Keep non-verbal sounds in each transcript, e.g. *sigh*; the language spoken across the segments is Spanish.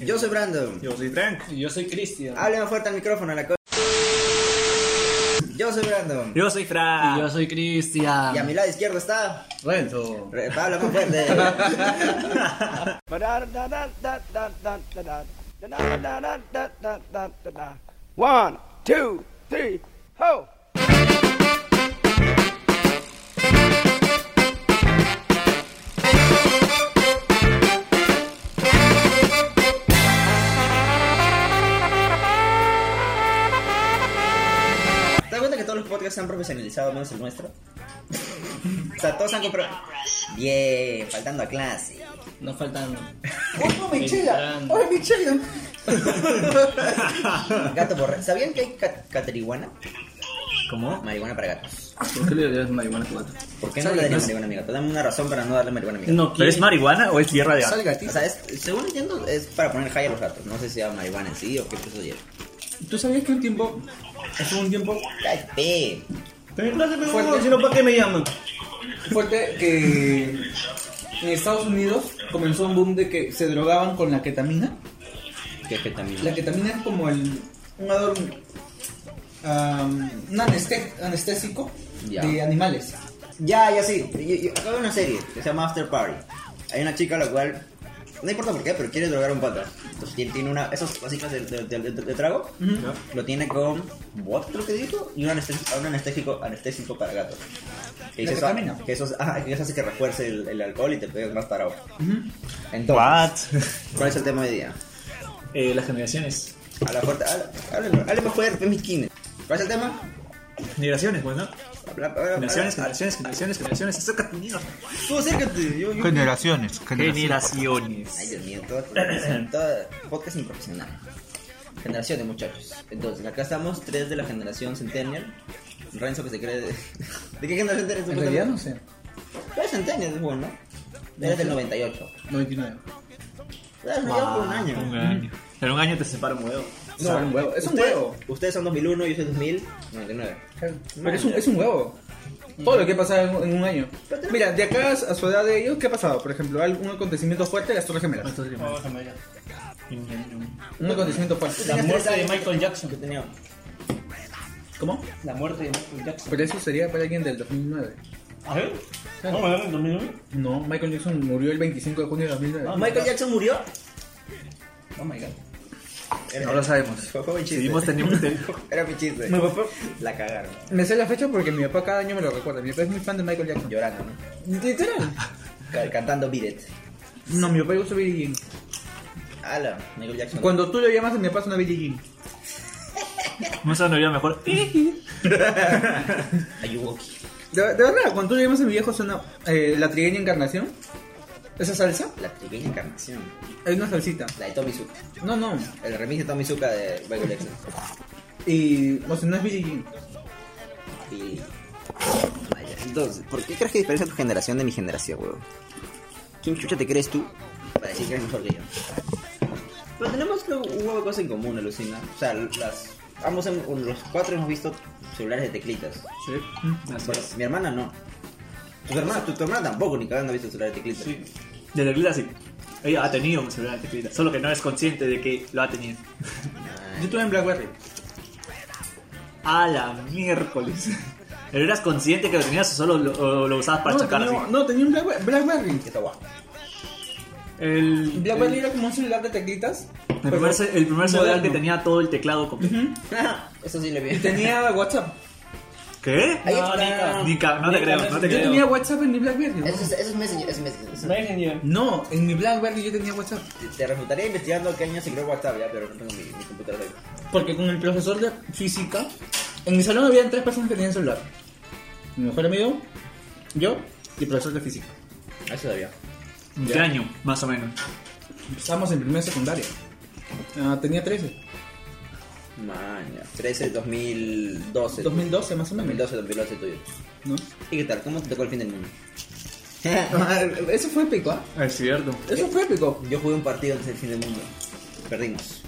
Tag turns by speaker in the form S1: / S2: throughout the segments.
S1: Yo soy Brandon.
S2: Yo soy Frank.
S3: Y Yo soy Cristian.
S1: Hablen más fuerte al micrófono, la cosa. Yo soy Brandon.
S2: Yo soy
S4: Ah,
S2: Frank.
S3: Y yo soy Cristian.
S1: Y a mi lado izquierdo está
S3: Renzo.
S1: Re- Pablo más fuerte.
S5: One, two, three, ho!
S1: ¿Te das cuenta que todos los podcasts se han profesionalizado menos el nuestro? o sea, todos han comprado. Bien, faltando a clase.
S3: No faltan.
S1: ¡Oh,
S3: Michela!
S1: ¡Oh, Michela! Gato borracho. ¿Sabían que hay ca- caterihuana?
S2: ¿Cómo?
S1: Marihuana para gatos.
S3: ¿Por qué le darías marihuana a tu gato?
S1: ¿Por qué no le darías marihuana a mi gato? Dame una razón para no darle marihuana a mi gato.
S3: No,
S2: ¿Pero es marihuana o es tierra de gato?
S3: Sal
S1: O
S3: gatito.
S1: sea, es- según entiendo, es para poner high a los gatos. No sé si sea marihuana en sí o qué peso lleva.
S3: ¿Tú sabías que un tiempo. Hace un tiempo.
S1: ¡Cállate!
S2: Pero no se me
S3: Fuerte.
S2: si no, ¿para qué me llaman?
S4: fuerte que en Estados Unidos comenzó un boom de que se drogaban con la ketamina.
S1: ¿Qué es ketamina?
S4: La ketamina es como el un adorno, am, un aneste- anestésico
S1: Ya.
S4: de animales.
S1: Ya, ya sí. Yo, yo- acabo de una serie que se llama After Party. Hay una chica a la cual, no importa por qué, pero quiere drogar a un pata. Entonces tiene, tiene una, esos vasijas de, de- de- de- de trago, lo tiene con bot, creo que dijo, y un anestésico, un anestésico, anestésico para gatos. Que
S4: La
S1: dice eso,
S4: ketamina.
S1: que eso, es- ah, que eso hace que refuerce el, el alcohol y te pegas más tarado. Entonces,
S2: What?
S1: ¿cuál es el tema de hoy día?
S3: Eh, las generaciones.
S1: A la fuerte, háblame más fuerte, mis quines. ¿Cuál es el tema?
S2: Migraciones, pues, ¿no? Ah,
S1: Habla- habla-
S2: Generaciones,
S1: habla-
S2: generaciones, generaciones, generaciones. Acércate, mierda.
S1: Tú acércate, yo- yo-
S6: Generaciones,
S1: Ay,
S2: Generaciones.
S1: Dios mío, todo, todo podcast improfesional. Generación de muchachos. Entonces, acá estamos tres de la generación Centennial. Renzo que se cree de... *laughs* ¿De qué generación eres tú?
S4: En realidad no sé.
S1: Tú eres Centennial, es bueno, ¿no? Eres del 98.
S4: 99.
S1: Tú eres mayor por un año.
S6: Un año.
S2: Pero un año te separa un huevo.
S4: O sea, Ah, un huevo. Es un
S1: ustedes,
S4: huevo.
S1: Ustedes son 2001, yo soy 2099.
S4: Pero es un, es un huevo. Todo lo que ha pasado en en un año. Mira, de acá a su edad de ellos, ¿qué ha pasado? Por ejemplo, algún acontecimiento fuerte, las Torres Gemelas. Un acontecimiento fuerte.
S1: La
S3: muerte de Michael Jackson.
S1: Yo tenía...
S4: ¿Cómo?
S3: La muerte de Michael Jackson.
S4: Pero eso sería para alguien del 2009.
S3: ¿A ver? ¿Cómo me en 2009?
S4: No, Michael Jackson murió el 25 de junio de 2009.
S1: Ah, ¿Michael Jackson murió?
S3: Oh my god.
S2: No lo sabemos.
S1: Fue, fue mi chiste.
S2: Seguimos teniendo este
S1: *laughs* Era mi chiste.
S4: Mi papá-
S1: La cagaron.
S4: Me sé la fecha porque mi papá cada año me lo recuerda. Mi papá es muy fan de Michael Jackson.
S1: Llorando, ¿no?
S4: Literal.
S1: Ca- Cantando Beat It.
S4: No, mi papá yo usa Billie Jean.
S1: Ala, Michael Jackson.
S4: Cuando tú lo llamas a mi papá es una Billie Jean.
S2: No sonaría mejor. *laughs*
S1: Ayuwoki.
S4: De, de verdad, cuando tú lo llamas a mi viejo suena eh, la trigueña encarnación. Esa salsa.
S1: La pequeña encarnación.
S4: Hay una salsita.
S1: La de Tommy Zuka.
S4: No, no.
S1: El remix de Tommy Zuka de Michael Jackson.
S4: Y, o sea, no es Billie Jean.
S1: Y... Vaya. Entonces, ¿por qué crees que diferencia tu generación de mi generación, weón? ¿Quién chucha te crees tú para decir que eres mejor que yo? Pero tenemos creo, un huevo de cosas en común, alucina. O sea, las... Ambos, hemos- los cuatro hemos visto celulares de teclitas. Mm,
S2: Sí, así
S1: Bueno,
S2: es.
S1: mi hermana no. Tu hermana, tu, tu hermana tampoco, ni cagando ha visto celulares de teclitas.
S2: Sí. De teclita sí. Ella ha tenido un celular de teclita, solo que no es consciente de que lo ha tenido.
S1: Ay.
S4: Yo tuve en Blackberry.
S2: A la miércoles. *laughs* ¿Pero eras consciente que lo tenías o solo lo, o lo usabas para
S4: no,
S2: chocar
S4: tenía,
S2: así?
S4: no, tenía un Blackberry. Blackberry.
S1: Qué guapo. *laughs*
S2: El,
S4: Blackberry
S2: el-
S4: era como un celular de teclitas.
S2: el primer, ce- el primer celular que tenía todo el teclado completo.
S1: Eso sí le vi.
S4: Y tenía WhatsApp.
S2: ¿Qué?
S1: Ahí
S3: No,
S1: está.
S3: Nica.
S2: Nica, no te creo, no te
S4: Yo
S2: creo.
S4: tenía WhatsApp en mi Blackberry.
S1: Eso es, eso es Messenger, eso es Messenger. eso es-
S3: Messenger.
S4: No, en mi Blackberry yo tenía WhatsApp.
S1: Te- Te resultaría investigando qué año se creó WhatsApp ya, pero no tengo mi, mi computadora ahí.
S4: Porque con el profesor de física, en mi salón había tres personas que tenían celular. Mi mejor amigo, yo y el profesor de física.
S1: Eso todavía.
S2: ¿En ¿Qué
S4: Ya.
S2: año, más o menos?
S4: Empezamos en primera secundaria. Ah, tenía 13.
S1: Maña. 13, 2012.
S4: 2012 más o menos.
S1: 2012, 2011 tuyo.
S4: ¿no?
S1: ¿Y qué tal? ¿Cómo te tocó el fin del mundo?
S4: Eso fue épico, ¿ah?
S2: Es cierto.
S4: Eso fue épico.
S1: Yo jugué un partido antes del fin del mundo. Perdimos.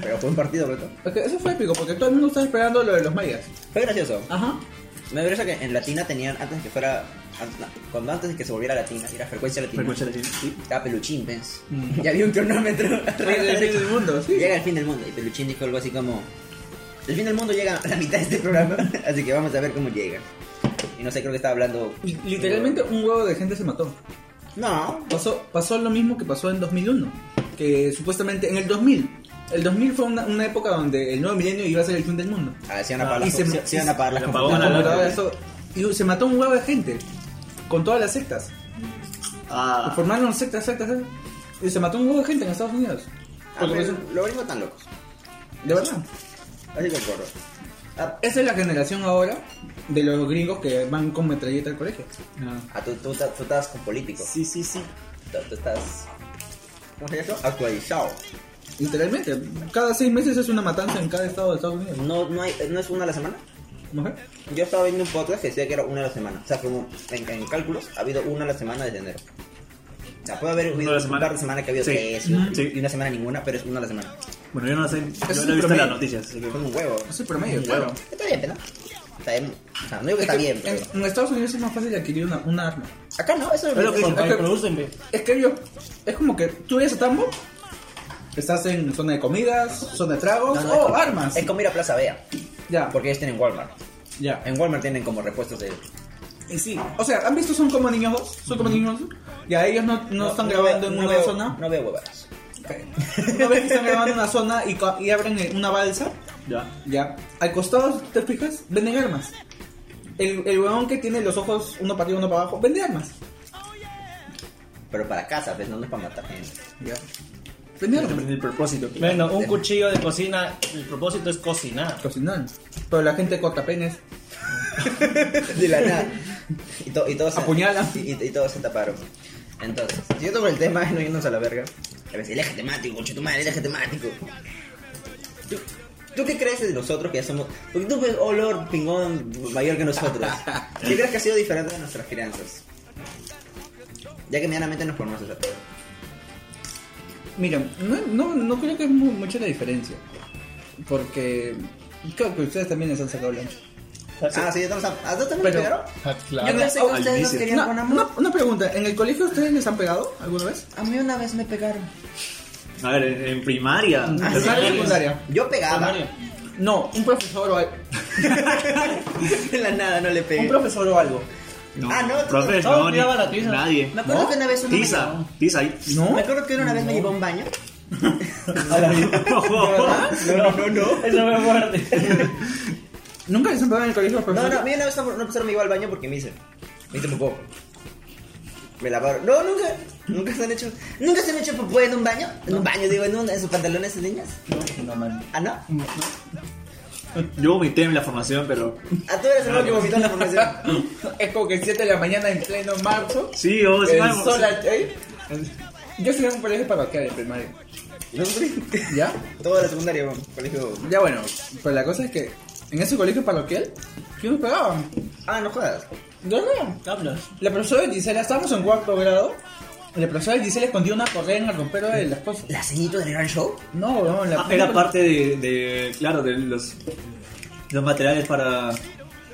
S1: Pero fue un partido, ¿verdad?
S4: Ok, Eso fue épico porque todo el mundo estaba esperando lo de los mayas.
S1: Fue gracioso.
S4: Ajá.
S1: Me parece que en Latina tenían, antes de que fuera an- no, cuando antes de que se volviera latina, era frecuencia latina.
S2: Frecuencia Latina, sí.
S1: Estaba Peluchín, ¿ves? *laughs* Ya había un cronómetro.
S4: el fin
S1: *laughs*
S4: del mundo, sí.
S1: Llega el fin del mundo. Y Peluchín dijo algo así como: El fin del mundo llega a la mitad de este programa, *laughs* así que vamos a ver cómo llega. Y no sé, creo que estaba hablando.
S4: Y Literalmente un huevo de gente se mató.
S1: No.
S4: Pasó, pasó lo mismo que pasó en 2001. Que supuestamente en el 2000. El 2000 fue una, una época donde el nuevo milenio iba a ser el fin del mundo.
S1: Ah, se iban a
S2: Ah,
S1: pagar
S4: y
S1: las
S4: se-
S1: se- se iban a pagar las
S2: se apagó
S1: computadoras.
S2: una lata.
S4: Computadoras, todo. Y se mató un huevo de gente. Con todas las sectas.
S2: Ah,
S4: Formaron sectas, sectas, sectas. Y se mató un huevo de gente en Estados Unidos.
S1: Ah,
S4: Porque
S1: pero
S4: pasó-
S1: Los gringos están locos.
S4: de verdad.
S1: Así me acuerdo. Ah,
S4: Esa es la generación ahora de los gringos que van con metralleta al colegio.
S1: ah, tú, tú, estás- tú estás con políticos.
S2: sí, sí, sí.
S1: Tú, tú estás. ¿Cómo se llama eso? Actualizado.
S4: Literalmente, cada seis meses es una matanza en cada estado de Estados Unidos.
S1: No, no, hay, no es una a la semana.
S4: Mujer.
S1: Yo estaba viendo un podcast que decía que era una a la semana. O sea, como en, en cálculos, ha habido una a la semana desde enero. O sea, puede haber
S2: Una a
S1: habido
S2: la
S1: un
S2: semana.
S1: par de semanas que ha habido
S2: Sí.
S1: tres
S2: Ujú.
S1: y-
S2: Sí.
S1: y una semana ninguna, pero es una a la semana.
S2: Bueno, yo no sé, yo
S4: Es un
S2: no he visto
S4: promedio.
S2: las noticias, así que...
S1: Es un huevo.
S4: Es el promedio,
S1: Un
S4: claro.
S1: Está bien, ¿no? Está bien. O sea, no digo que
S4: Es
S1: está
S4: que
S1: bien, pero...
S4: en, en Estados Unidos es más fácil adquirir una, una arma.
S1: Acá no, eso es
S2: lo que
S1: eso-
S2: dicen,
S4: es que-
S3: producen, ve.
S4: Es que yo, es como que tú eres a Tambo, estás en zona de comidas, zona de tragos,
S1: no, no,
S4: o
S1: es como-
S4: oh, armas.
S1: Es como ir a Plaza Vea,
S4: ya,
S1: porque eh, ellos tienen Walmart.
S4: ya.
S1: En Walmart tienen como repuestos de...
S4: Y sí, o sea, ¿han visto Son como niños dos? Son como niños dos. Ya ellos no, no están grabando en
S1: no
S4: una
S1: veo-
S4: zona.
S1: No veo huevadas.
S4: Una vez que están grabando en una zona y, co- y abren eh, una balsa,
S2: Ya.
S4: Ya. Al costado, ¿te fijas? Venden armas. El, el huevón que tiene los ojos uno para arriba, uno para abajo, vende armas.
S1: Pero para casa, pues, no, no es para matar gente.
S4: Ya. Vende armas.
S2: El propósito.
S3: Bueno, un cuchillo de cocina, el propósito es cocinar.
S4: Cocinan. Pero la gente corta penes.
S1: De la nada. *laughs* Y, to- y todos se-
S4: Apuñala.
S1: Y, y todos se taparon. Entonces, siguiendo con el tema, no irnos a la verga. A ver, el eje temático, coche tu madre, el eje temático. ¿Tú, tú qué crees de nosotros que ya somos.? Porque tú, pues, olor pingón mayor que *laughs* nosotros. ¿Qué crees que ha sido diferente de nuestras crianzas? Ya que medianamente nos conoces a todos.
S4: Mira, no, no, no creo que es mu- mucha la diferencia. Porque creo que ustedes también les han sacado lancha.
S1: Ah, sí, yo también. ¿A todos también
S4: Pero-
S1: pegaron?
S3: Ah, claro.
S1: Yo pensé que
S4: Al
S1: ustedes nos
S2: inicio.
S1: querían
S4: Oh, Una,
S1: con amor. Ah,
S4: una- una pregunta, ¿en el colegio ustedes les han pegado alguna vez?
S1: A mí una vez me pegaron.
S2: A ver, en, en primaria.
S4: Ah,
S2: Pero-
S4: sí.
S3: Primaria.
S4: secundaria.
S1: Yo pegaba. *laughs*
S3: Mario,
S4: No, un profesor o algo.
S1: En la nada no le pegué.
S4: Un profesor o algo.
S2: No.
S1: Ah, no, tú-
S2: Profe,
S3: no,
S2: no, ni-
S3: miraba la tiza.
S2: nadie.
S1: Me acuerdo que una vez una
S2: Tiza, tiza ahí.
S1: Me acuerdo que una vez me llevó a un baño.
S2: *laughs*
S3: No, no, no. Eso fue fuerte.
S4: ¿Nunca les han pegado en el colegio los
S1: No,
S4: *laughs* profesores?
S1: no, a mí una vez una persona me llevó al baño porque me hice. Me hice popó. Me lavaron. No, nunca. Nunca se han hecho. Nunca se han hecho popó en un baño. En un baño, digo, en, un, en sus pantalones de niñas.
S4: No, man.
S1: Ah, no.
S2: Yo vomité en la formación, pero.
S1: A Ah, tú eres el único que vomitó en la
S4: *laughs*
S1: formación.
S4: es como que 7 de la mañana en pleno marzo.
S2: Sí,
S1: Pues
S2: oh, sí,
S4: el
S2: vamos.
S4: sol al- ¿eh? Yo estudié en un colegio parroquial en primaria.
S1: No, *laughs* hombre.
S4: ¿Ya?
S1: Toda la secundaria, bueno, colegio.
S4: Ya bueno, pues la cosa es que en ese colegio parroquial, yo me pegaba.
S1: Ah, no jodas.
S4: ¿De verdad?
S3: Hablas.
S4: La profesora Gisela, estábamos en cuarto grado. y La profesora Gisela escondió una correa en el rompero de las cosas.
S1: ¿La ceñito del gran show?
S4: No, no, la *laughs*
S2: Ah, Era parte de, de, claro, de los, los materiales para, para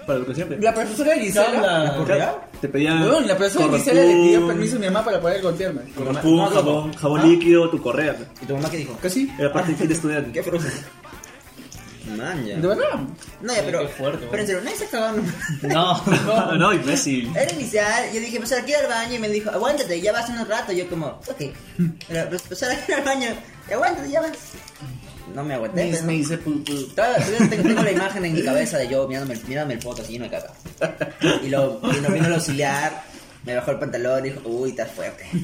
S2: la educación.
S4: La profesora Gisela.
S3: Habla.
S4: ¿La correa?
S2: Te pedían.
S4: Weón, la profesora
S2: correspun-
S4: Gisela le pidió permiso a mi mamá para poder golpearme.
S2: correspun, jabón, jabón líquido, tu correa.
S1: ¿Y tu mamá qué dijo?
S4: Casi.
S2: Era parte de
S1: *laughs*
S2: estudiante.
S1: ¿Qué frozen? Man, ya.
S4: ¿De verdad?
S1: No, ya, pero.
S3: Qué fuerte,
S1: pero en serio, nadie se ha cagado nunca.
S3: No.
S2: *laughs* no,
S1: *laughs*
S2: no, imbécil. *laughs*
S1: Era inicial, yo dije, profesor, quiero ir al baño. Y me dijo, aguántate, ya vas en un rato. Yo, como, ok. Pero, pues, profesor, quiero ir al baño. Aguántate, ya vas. No me aguanté. pero-
S3: dice pupu.
S1: Todavía- todavía tengo, tengo la imagen en mi cabeza de yo mirándome, el- mirándome el foto así lleno de caca. Y, lo, y nos vino el auxiliar, me bajó el pantalón y dijo, uy, estás fuerte. Y-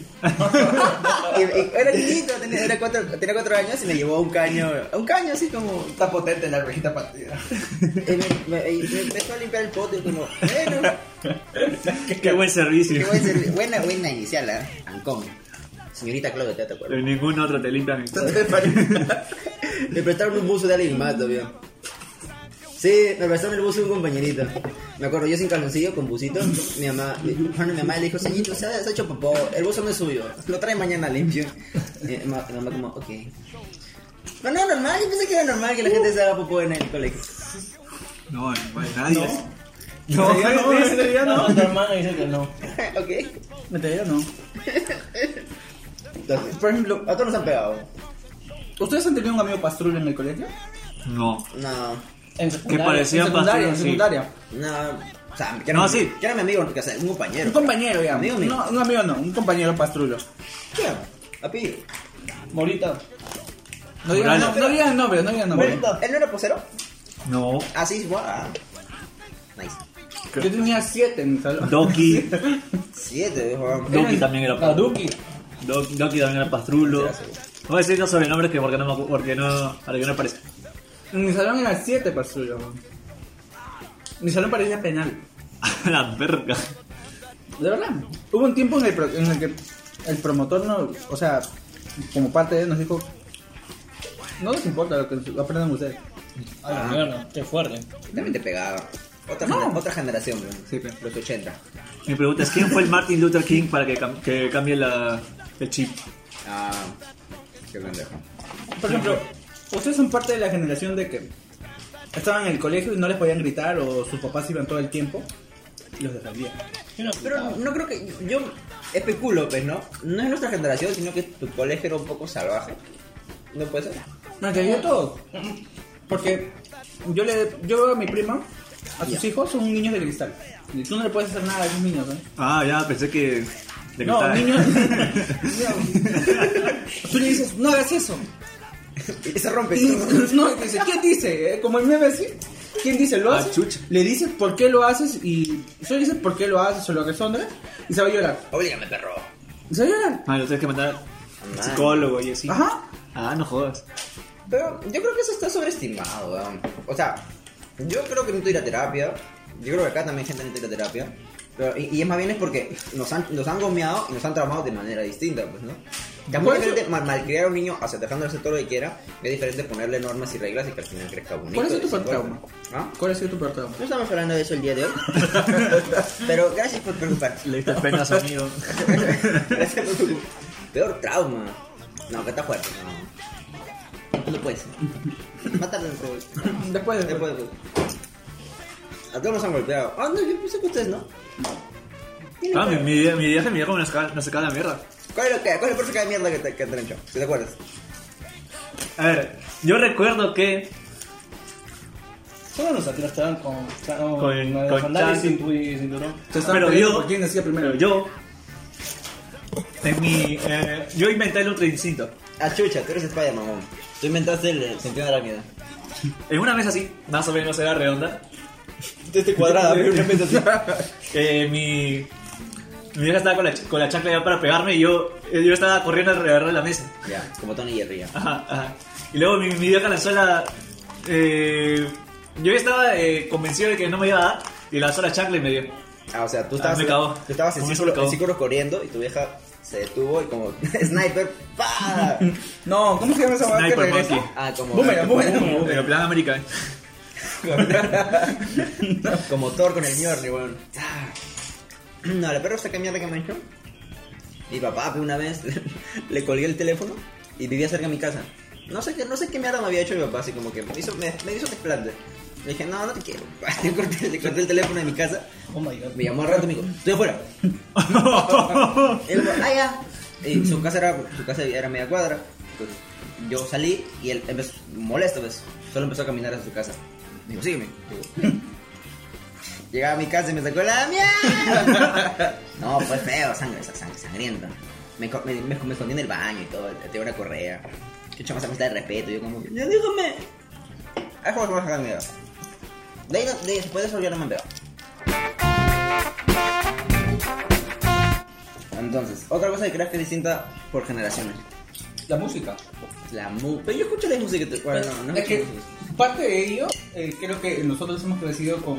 S1: y era chiquito, tenía, era cuatro, tenía cuatro años y me llevó a un caño, a un caño así como... Está potente la rejita partida. Y me, me- y me empezó a limpiar el poto y como, bueno,
S2: Qué, buen servicio.
S1: ¿qué voy a hacer? Buena, buena inicial, ¿eh? Ancón. Señorita Claudia, ¿te acuerdas? *laughs*
S2: *laughs* En ningún otro te limpian.
S1: me prestaron un buzo de alguien más todavía. Sí, me prestaron el buzo de un compañerito. Me acuerdo, yo sin calzoncillo, con busito. Mi mamá, mi, bueno, mi mamá le dijo, señorito, se ha, se ha hecho popó, el buzo no es suyo, lo trae mañana limpio. Y ma- mi mamá como, ok. No, no, normal, yo pensé que era normal que la gente se haga popó en el colegio.
S2: No, no, nadie. *laughs*
S4: No,
S2: No,
S4: no,
S2: no,
S4: en realidad
S3: No,
S4: no.
S3: tu hermana dice que
S1: *laughs*
S3: no.
S1: ok.
S4: En realidad no.
S6: Entonces, por ejemplo, a todos nos han pegado.
S4: ¿Ustedes han tenido un amigo pastrullo en el colegio?
S2: No.
S1: No,
S3: En
S2: ¿Qué
S3: secundaria.
S2: parecía
S4: en secundaria,
S2: pastor,
S4: en
S2: sí.
S4: secundaria.
S1: no. O sea, que
S2: No,
S1: mi-
S2: sí.
S1: Que era mi amigo, o sea, un compañero.
S4: Un compañero, ya.
S1: Amigo mío.
S4: No, un amigo no, un compañero pastrullo.
S1: Claro, Papi,
S3: Morita.
S4: No digan,
S2: Morales.
S4: no, no digan nombre, no digan nombre.
S3: Morita.
S1: ¿él no era posero?
S2: No.
S1: Ah, sí, guau. Nice.
S4: Yo tenía siete en mi salón. *laughs*
S2: Doki.
S1: Siete, guau.
S2: Doki también era
S4: Ah,
S3: La
S2: pastrulo.
S3: Duki.
S2: Doki, Doki también era pastrulo. No voy a decir los sobrenombres que porque no, me acu- porque no, para que no aparezca.
S4: En mi salón eran siete pastrullos. Mi salón parecía penal.
S2: *laughs* A la verga.
S4: De verdad. Hubo un tiempo en el, pro- en el que el promotor no, o sea, como parte de él nos dijo, no nos importa lo que aprendan ustedes.
S3: A
S4: Ah.
S3: la mierda, qué fuerte.
S1: También te pegaba. Otra,
S4: No.
S1: gener- otra generación, güey.
S4: Sí, pero-
S1: los 80.
S2: Mi pregunta es: ¿quién fue el Martin Luther King para que, cam- que cambie la, el chip?
S1: Ah, qué pendejo.
S4: Por ejemplo, ustedes son parte de la generación de que estaban en el colegio y no les podían gritar o sus papás iban todo el tiempo y los defendían.
S3: Yo no-
S1: Pero no creo que. Yo especulo, pues, ¿no? No es nuestra generación, sino que tu colegio era un poco salvaje. No puede ser. *laughs*
S4: No, que yo todo. Porque yo le yo veo a mi prima, a sus hijos son niños de cristal. Y tú no le puedes hacer nada a esos niños, ¿eh?
S2: Ah, ya, pensé que. de que
S4: No,
S2: estaba-
S4: niños. *laughs* tú le dices, no hagas eso.
S1: Y se rompe.
S4: Y- Pues, no, y dice, ¿quién dice? Eh, Como el meme así. ¿Quién dice? ¿Lo
S2: Ah,
S4: haces?
S2: chucha.
S4: le dices por qué lo haces y... Solo dices por qué lo haces o lo que son, ¿eh? Y se va a llorar.
S1: Oblígame, perro.
S4: Y se va a llorar.
S2: *laughs* Ah, lo tienes que mandar al psicólogo y así.
S4: Ajá.
S2: Ah, no jodas.
S1: Pero yo creo que eso está sobreestimado, weón. O sea, yo creo que no ir a terapia. Yo creo que acá también gente no ir a terapia. Pero, y, y es más bien es porque nos han, nos han gomeado y nos han tramado de manera distinta, pues, ¿no? Que a
S4: Por
S1: mucha
S4: eso-
S1: gente mal, malcriar a un niño, o sea, dejándole hacer todo lo que quiera, es diferente ponerle normas y reglas y que al final crezca bonito.
S4: ¿Cuál es tu
S1: desenvuelto.
S4: fantasma?
S1: ¿Ah?
S4: ¿Cuál ha sido tu peor trauma?
S1: No estamos hablando de eso el día de hoy. *laughs* Pero gracias por preocuparte.
S2: Le diste pena a su amigo.
S1: *laughs* gracias por tu peor trauma. No, que está fuerte, no. No puede ser. Mátalo en
S4: Después,
S1: Te
S4: después.
S1: puedo- A todos nos han golpeado. Ah, no, yo pensé que ustedes no.
S2: Ah, mi, mi, día- mi día se me dio como una sacada, una sacada de mierda.
S1: ¿Cuál es lo que? ¿Cuál es el profe de mierda que te, que te han hecho? ¿Te acuerdas?
S2: A ver, yo recuerdo que
S3: Solo los satiros te dan con, con,
S2: Con-
S3: con
S2: con
S3: sandalias
S2: chan-
S3: y cintu- y cinturón.
S4: Se estaban
S2: Pero
S4: peleando
S2: yo-
S4: por ¿Quién decía primero?
S2: Pero yo, en mi, eh, yo inventé el ultra instinto.
S1: Ah, chucha, tú eres Spider, mamón. Tú inventaste el eh, sentido de la mierda.
S2: En una mesa así, más o menos era redonda,
S1: Este cuadrada, pero una vez así.
S2: *laughs* eh, mi, mi vieja estaba con la, ch- con la chancla ya para pegarme y yo, eh, yo estaba corriendo alrededor de la mesa.
S1: Ya, como Tony Jerry. ya.
S2: Ajá, ajá. Y luego mi, mi vieja lanzó la... eh, yo ya estaba eh, convencido de que no me iba a dar y lanzó la chancla y me dio.
S1: Ah, o sea, tú
S2: Ah,
S1: estabas,
S2: me cagó.
S1: tú estabas en
S2: Con eso
S1: círculo,
S2: me cagó.
S1: en círculo corriendo y tu vieja se detuvo y como *laughs* sniper, ¡pa!
S4: No, ¿cómo se llama esa hueá que
S2: Sniper
S4: regresa?
S2: Monkey.
S1: Ah, como
S4: Boomerang, boomerang.
S2: Pero plan América. ¿eh?
S1: *laughs* Como Thor con el Mjolnir, weón. Ah. No, la perra está cambiando que me echó. Mi papá, pues, una vez *laughs* le colgué el teléfono y vivía cerca de mi casa. No sé qué, no sé qué mierda me había hecho mi papá, así como que me hizo, me, me hizo desplante. Le dije, no, no te quiero. *laughs* Le corté, le corté el teléfono de mi casa.
S3: Oh my god.
S1: Me llamó al rato y me dijo, estoy afuera. Y él, *laughs* ah, ya. Y su casa era, su casa era media cuadra. Entonces, yo salí y él empezó, molesto, pues, solo empezó a caminar hacia su casa. Digo, sígueme. Digo, Llegaba a mi casa y me sacó la mierda. No, fue feo, sangre, sa- sangre sangriento. Me, co- me, me, me escondí en el baño y todo, tenía una correa. Que hecho más amistad de respeto, yo como que, ya déjame. Ah, como que me sacan miedo. De ahí, no- de ahí, después de eso yo no me veo. Entonces, otra cosa que creas que es distinta por generaciones.
S4: La música.
S1: La mu... Pero yo escucho la música que te... Bueno, no, no
S4: es que
S1: escucho música.
S4: parte de ello, eh, creo que nosotros hemos crecido con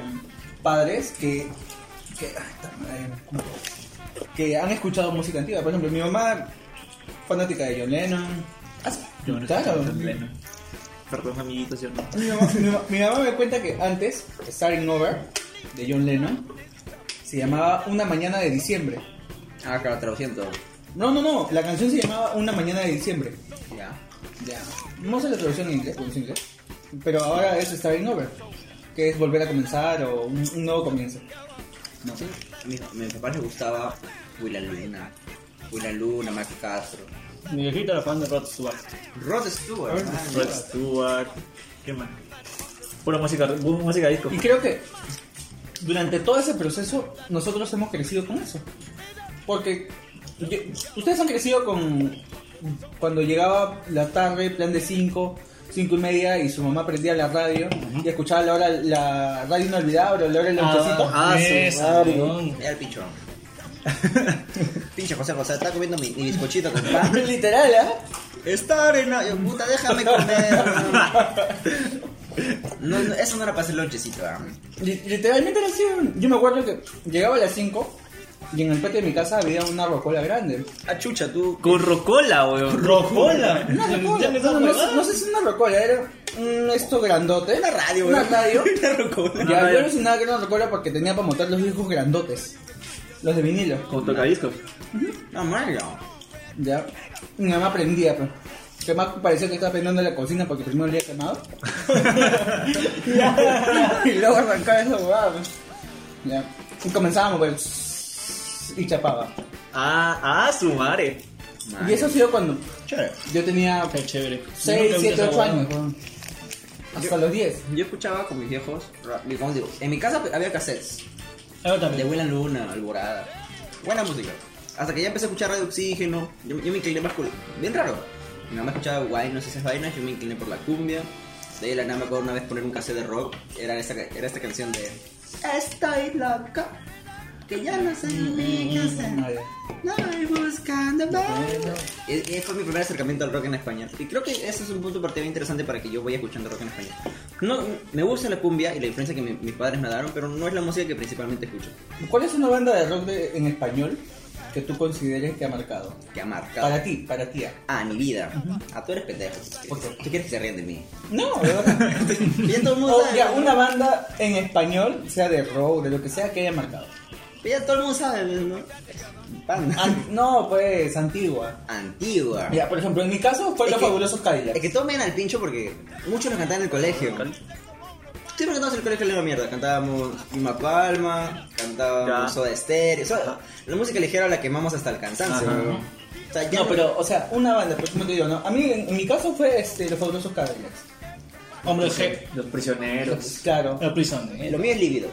S4: padres que que, ay, ta madre, que han escuchado música antigua. Por ejemplo, mi mamá fanática de John Lennon.
S2: Yo no
S4: Claro.
S2: escucho chileno. Perdón, amiguitos, yo no.
S4: Mi mamá, mi ma- mi mamá me cuenta que antes, Starting Over, de John Lennon, se llamaba Una Mañana de Diciembre.
S1: Ah, claro, traduciendo.
S4: No, no, no, la canción se llamaba Una Mañana de Diciembre.
S1: Ya.
S4: Ya. No sé la traducción en inglés, en inglés, pero ahora es Starting Over. que es volver a comenzar o un, un nuevo comienzo. No.
S1: Sí, a mis, a mis papás les gustaba Willa Luna, Willa Luna, Mac Castro,
S3: Mi viejito era fan de Rod Stewart.
S1: Rod Stewart.
S4: Rod
S1: ah,
S2: Rod Stewart. ¿Qué más? Pura música, pura música disco.
S4: Y creo que durante todo ese proceso nosotros hemos crecido con eso. Porque yo- ustedes han crecido con cuando llegaba la tarde, plan de 5, 5 y media y su mamá prendía la radio y escuchaba la hora la radio inolvidable o la hora del lonchecito.
S1: ah, su
S3: esa,
S1: madre.
S3: weón.
S1: Mira el pincho. *laughs* Pinche José José, está comiendo mi, mi bizcochito con pan.
S4: *laughs* Literal, ¿ah?
S1: Esta arena, yo, puta, déjame comer. No, no, eso no era para hacer lonchecito. ah.
S4: Li- Literalmente era así. Yo me acuerdo que llegaba a las 5 y en el patio de mi casa había una rocola grande.
S1: Ah, chucha, tú.
S2: Con Rocola, weón.
S3: ¡Rocola!
S4: Una rocola.
S3: Ya me
S4: No,
S3: da
S4: no,
S3: huevada.
S4: no sé si una rocola, era un esto grandote. Una radio, Una
S1: weón.
S4: *laughs* radio.
S1: *laughs* Una rocola.
S4: Ya,
S2: Ah,
S4: yo
S2: ya.
S4: alucinaba que era una rocola porque tenía para montar los discos grandotes. Los de vinilo.
S2: Con tocadiscos.
S1: No, Mario.
S4: Ya. Mi mamá prendía, pues. Que más parecía que estaba prendiendo en la cocina porque primero le había *laughs* quemado. y luego arrancaba esa huevada, pues. Ya. Y comenzábamos, pues. Y chapaba.
S2: Ah, ah, su madre.
S4: Y eso ha sido cuando
S1: Chévere.
S4: yo tenía
S3: Qué chévere.
S4: 6,
S3: Nunca vi
S4: 7,
S3: esa
S4: 8
S3: huevada.
S4: años. weón. Hasta los 10.
S1: Yo escuchaba con mis viejos, ra- ¿cómo digo? En mi casa había cassettes
S3: Ah, Yo
S1: de
S3: también.
S1: Buena Luna, Alborada. Buena música. Hasta que ya empecé a escuchar Radio Oxígeno. Yo, yo me incliné más por. Bien raro. Mi mamá escuchaba guay, sé esas vainas. Yo me incliné por la cumbia. De ahí de la nada me acuerdo una vez poner un cassette de rock. Era esta, era esta canción de. Estoy loca. Que ya no sé ni qué
S4: Ah,
S1: hacer. No voy buscando baile. Y, y fue mi primer acercamiento al rock en español. Y creo que ese es un punto de partida interesante para que yo vaya escuchando rock en español. No, me gusta la cumbia y la influencia que mi- mis padres me daron, pero no es la música que principalmente escucho,
S4: ¿Cuál es una banda de rock de- en español que tú consideres que ha marcado?
S1: que ha marcado
S4: Para ti, para ti. ah.
S1: a mi vida. A tú eres pendejo.
S4: ¿Por qué?
S1: ¿Qué quieres que se rían de
S4: *laughs*
S1: mí?
S4: No, ¿verdad?
S1: *laughs* Ya todo el mundo
S4: O,
S1: sabe.
S4: Oh, ya, una banda en español, sea de rock, de lo que sea que haya marcado.
S1: Ya todo el mundo sabe, ¿no? Panda.
S4: An- Ah, no, pues, antigua.
S1: Antigua.
S4: Ya, por ejemplo, en mi caso fue
S1: Es
S4: Los
S1: que-
S4: Fabulosos
S1: Es
S4: Cadillacs.
S1: que tomen al pincho porque muchos nos cantaban en el colegio. Siempre cantábamos en el colegio la misma mierda. Cantábamos Ima Palma, cantábamos
S2: Ya.
S1: Soda Stereo. o sea, la música ligera la quemamos hasta el cansancio.
S2: Ajá.
S1: weón. O sea, ya
S4: No, pero, o sea, una banda, por ejemplo, te digo, ¿no? A mí, en, en mi caso fue este, Los Fabulosos Cadillacs.
S3: Hombre G.
S2: Los prisioneros.
S4: Claro.
S3: El
S1: Lo
S3: prisionero.
S1: mío es lívido.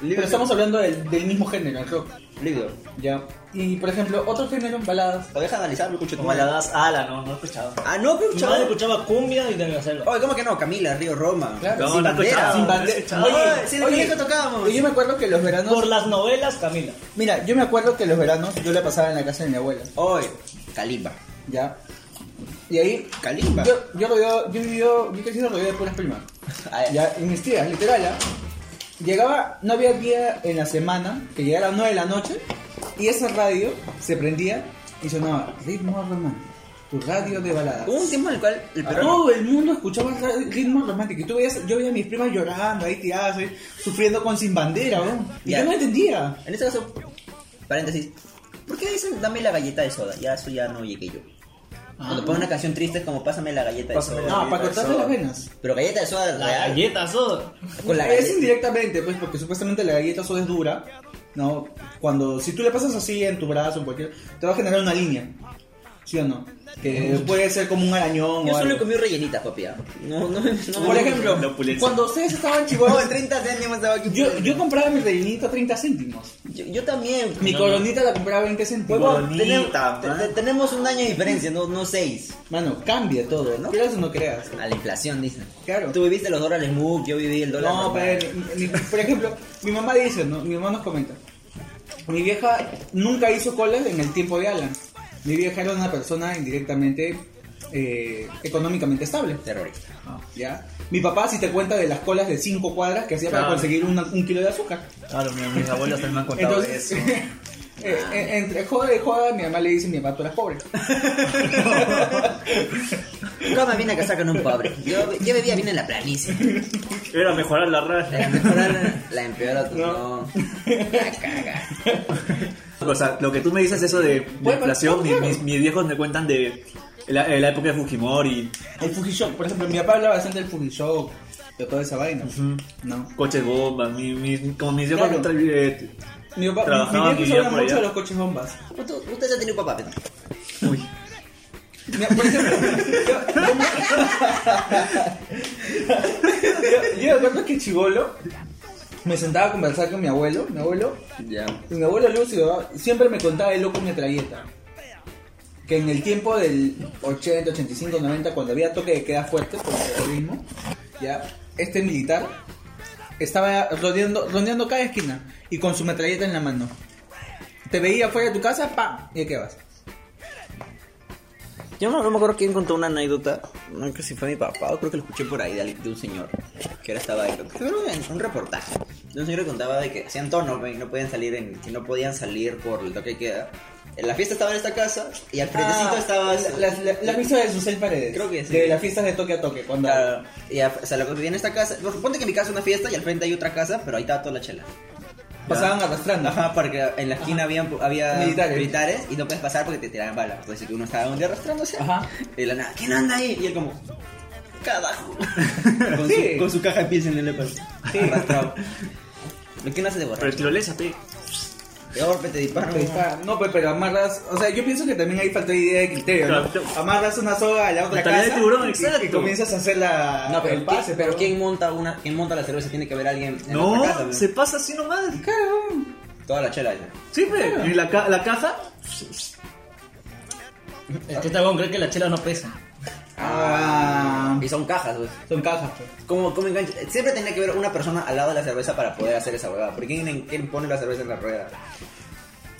S4: Pero estamos hablando del, del mismo género, el rock.
S1: Lívido.
S4: Ya. Y, por ejemplo, otro género, baladas.
S1: Lo deja de analizar, lo escucho tu
S2: Como la das ala, no, no he escuchado.
S1: Ah, no, pero
S3: Mi
S1: chaval.
S3: madre escuchaba cumbia y tenía que hacerlo.
S1: Oye, ¿cómo que no? Camila, Río Roma.
S4: Claro.
S1: Sin
S2: no he
S1: bandera.
S2: escuchado.
S4: Sin bandera.
S2: no he escuchado.
S1: Oye, si en el
S4: oye,
S1: colegio tocábamos.
S4: Yo me acuerdo que los veranos...
S3: Por las novelas, Camila.
S4: Mira, yo me acuerdo que los veranos yo la pasaba en la casa de mi abuela.
S1: Oye, Kalimba.
S4: Ya. Y ahí
S1: Kalimba.
S4: Yo, yo rodeo, yo he vivido, yo he crecido rodeado de puras primas.
S1: Ah,
S4: Ya, y mis tías, literal, ¿ah? Llegaba, no había día en la semana que llegara a las 9 de la noche y esa radio se prendía y sonaba Ritmo Romántico, tu radio de baladas.
S1: Hubo un tiempo en el cual el
S4: Ah,
S1: perro.
S4: Todo el mundo escuchaba ra- Ritmo Romántico y tú veías, yo veía a mis primas llorando ahí tiradas, ahí, sufriendo con Sin Bandera, weón. Y
S1: Ya.
S4: yo no entendía.
S1: En este caso, paréntesis. ¿Por qué dicen dame la galleta de soda? Ya eso ya no llegué yo. Cuando pones una canción triste es como pásame la galleta de
S2: Pásame
S1: soda.
S2: la
S4: No, para
S2: galleta de
S4: cortarte las
S2: soda.
S4: venas.
S1: Pero galleta de soda
S3: La
S1: real.
S3: galleta, eso.
S1: Con la
S4: es
S1: galleta.
S4: indirectamente, pues, porque supuestamente la galleta soda es dura, ¿no? Cuando, si tú le pasas así en tu brazo, en cualquier, te va a generar una línea, ¿sí o no? Que puede ser como un arañón
S1: Yo
S4: o
S1: solo
S4: algo.
S1: comí rellenitas, papi. ah. No, no, no.
S4: Por ejemplo,
S2: La opulencia.
S4: cuando ustedes estaban
S1: No, en *laughs*
S4: chihuahuas,
S1: 30 céntimos estaba aquí.
S4: yo, yo compraba mi rellenito a 30 céntimos.
S1: Yo- yo también.
S4: Mi coronita la compraba a 20 céntimos.
S1: Huevón, tenemos, te- te- tenemos un año de diferencia, no, no seis.
S4: Mano, cambia todo, ¿no? Creas o no creas.
S1: A la inflación, dicen.
S4: Claro.
S1: Tú viviste los dólares MOOC, yo viví el dólar.
S4: No,
S1: normal.
S4: pero, mi- mi- por ejemplo, mi mamá dice, ¿no? mi mamá nos comenta, mi vieja nunca hizo colas en el tiempo de Alan. Mi vieja era una persona indirectamente eh, económicamente estable.
S1: Terrorista.
S4: ¿ya? Mi papá sí te cuenta de las colas de cinco cuadras que hacía para
S2: Claro.
S4: conseguir una- un kilo de azúcar.
S2: Claro, mi- mis abuelos también me han contado
S4: Entonces,
S2: eso.
S4: eh, *laughs* eh, entre joda y joda, mi mamá le dice, mi papá, tú
S2: *laughs*
S4: eras pobre.
S1: Nunca me vine a casar con un pobre. Yo, yo vivía bien en la planicie.
S2: Era mejorar la
S1: La
S2: raza.
S1: mejorar la empeora tú no. La caga.
S2: O sea, lo que tú me dices, eso de, de
S4: Bueno,
S2: inflación,
S4: claro.
S2: mis, mis- mis viejos me cuentan de la, eh, la época de Fujimori.
S4: El Fujishock, por ejemplo, mi papá hablaba bastante del Fujishock. de toda esa vaina.
S2: Ujú.
S4: No.
S2: Coches bomba, mi, mi, como mis viejos eh,
S4: Claro.
S2: contra el billete.
S4: Mi papá,
S2: Trabajaban
S4: mi
S2: y
S4: viejo
S2: ya
S4: habla
S2: por allá.
S4: mucho de los coches bombas.
S1: Usted, usted ya tiene un papá, pero.
S2: Uy.
S4: Mira, por ejemplo, yo, yo, yo me acuerdo que chivolo me sentaba a conversar con mi abuelo, mi abuelo,
S1: Ya.
S4: y mi abuelo Lucio siempre me contaba el loco metralleta. Que en el tiempo del 80, 85, 90, cuando había toque de queda fuerte por el terrorismo, ya, este militar estaba rodeando, rodeando cada esquina y con su metralleta en la mano. Te veía fuera de tu casa, ¡pam! ¿Y a qué vas?
S1: Yo no, no me acuerdo quién contó una anécdota, no creo que si fue mi papá, o creo que lo escuché por ahí de, alguien- de un señor, que ahora estaba ahí, creo que era un- un reportaje, de un señor que contaba de que hacían tono, pues, y no podían salir, en, que no podían salir por el toque de queda. En la fiesta estaba en esta casa, y al frentecito
S4: Ah,
S1: estaba...
S4: la- la- la- Las misas de sus seis paredes.
S1: Creo que sí.
S4: De las fiestas de toque a toque. Cuando.
S1: Claro, y a- o sea, lo que vivía en esta casa, pues, ponte que en mi casa es una fiesta y al frente hay otra casa, pero ahí estaba toda la chela.
S4: Pasaban arrastrando.
S1: Ajá, porque en la esquina había, había
S4: Militares.
S1: y no puedes pasar porque te tiraban balas. Entonces que uno estaba un día arrastrándose
S4: Ajá.
S1: y de la nada, ¿quién anda ahí? Y él como, carajo. con,
S4: Sí.
S1: su, con su caja de pies en el lepas. Arrastrado. ¿Lo que no hace de borrar?
S2: Pero tirolesa, pe.
S1: De golpe te disparan.
S4: Te disparan. No, pues, pero amarras. O sea, yo pienso que también ahí falta idea de criterio. ¿no?
S2: Claro, te-
S4: Amarras una soga a la otra
S2: Mentalidad
S4: casa.
S2: de tiburón,
S4: y-
S2: exacto.
S4: Y comienzas a hacer la.
S1: No, pero,
S4: el
S1: ¿quién-
S4: pase,
S1: pero ¿quién monta una, quién monta la cerveza? Tiene que haber alguien en
S2: No,
S1: otra casa. ¿no?
S2: se pasa así nomás.
S4: Claro.
S1: Toda la chela. dice.
S2: Sí, pe. Y la, ca- la caja,
S3: Es que este weón cree que la chela no pesa.
S4: Ah.
S1: Y son cajas, pues.
S4: Son cajas, pues.
S1: ¿Cómo, cómo engancha? Siempre tenía que haber una persona al lado de la cerveza para poder hacer esa huevada. Porque ¿quién, quién pone la cerveza en la rueda?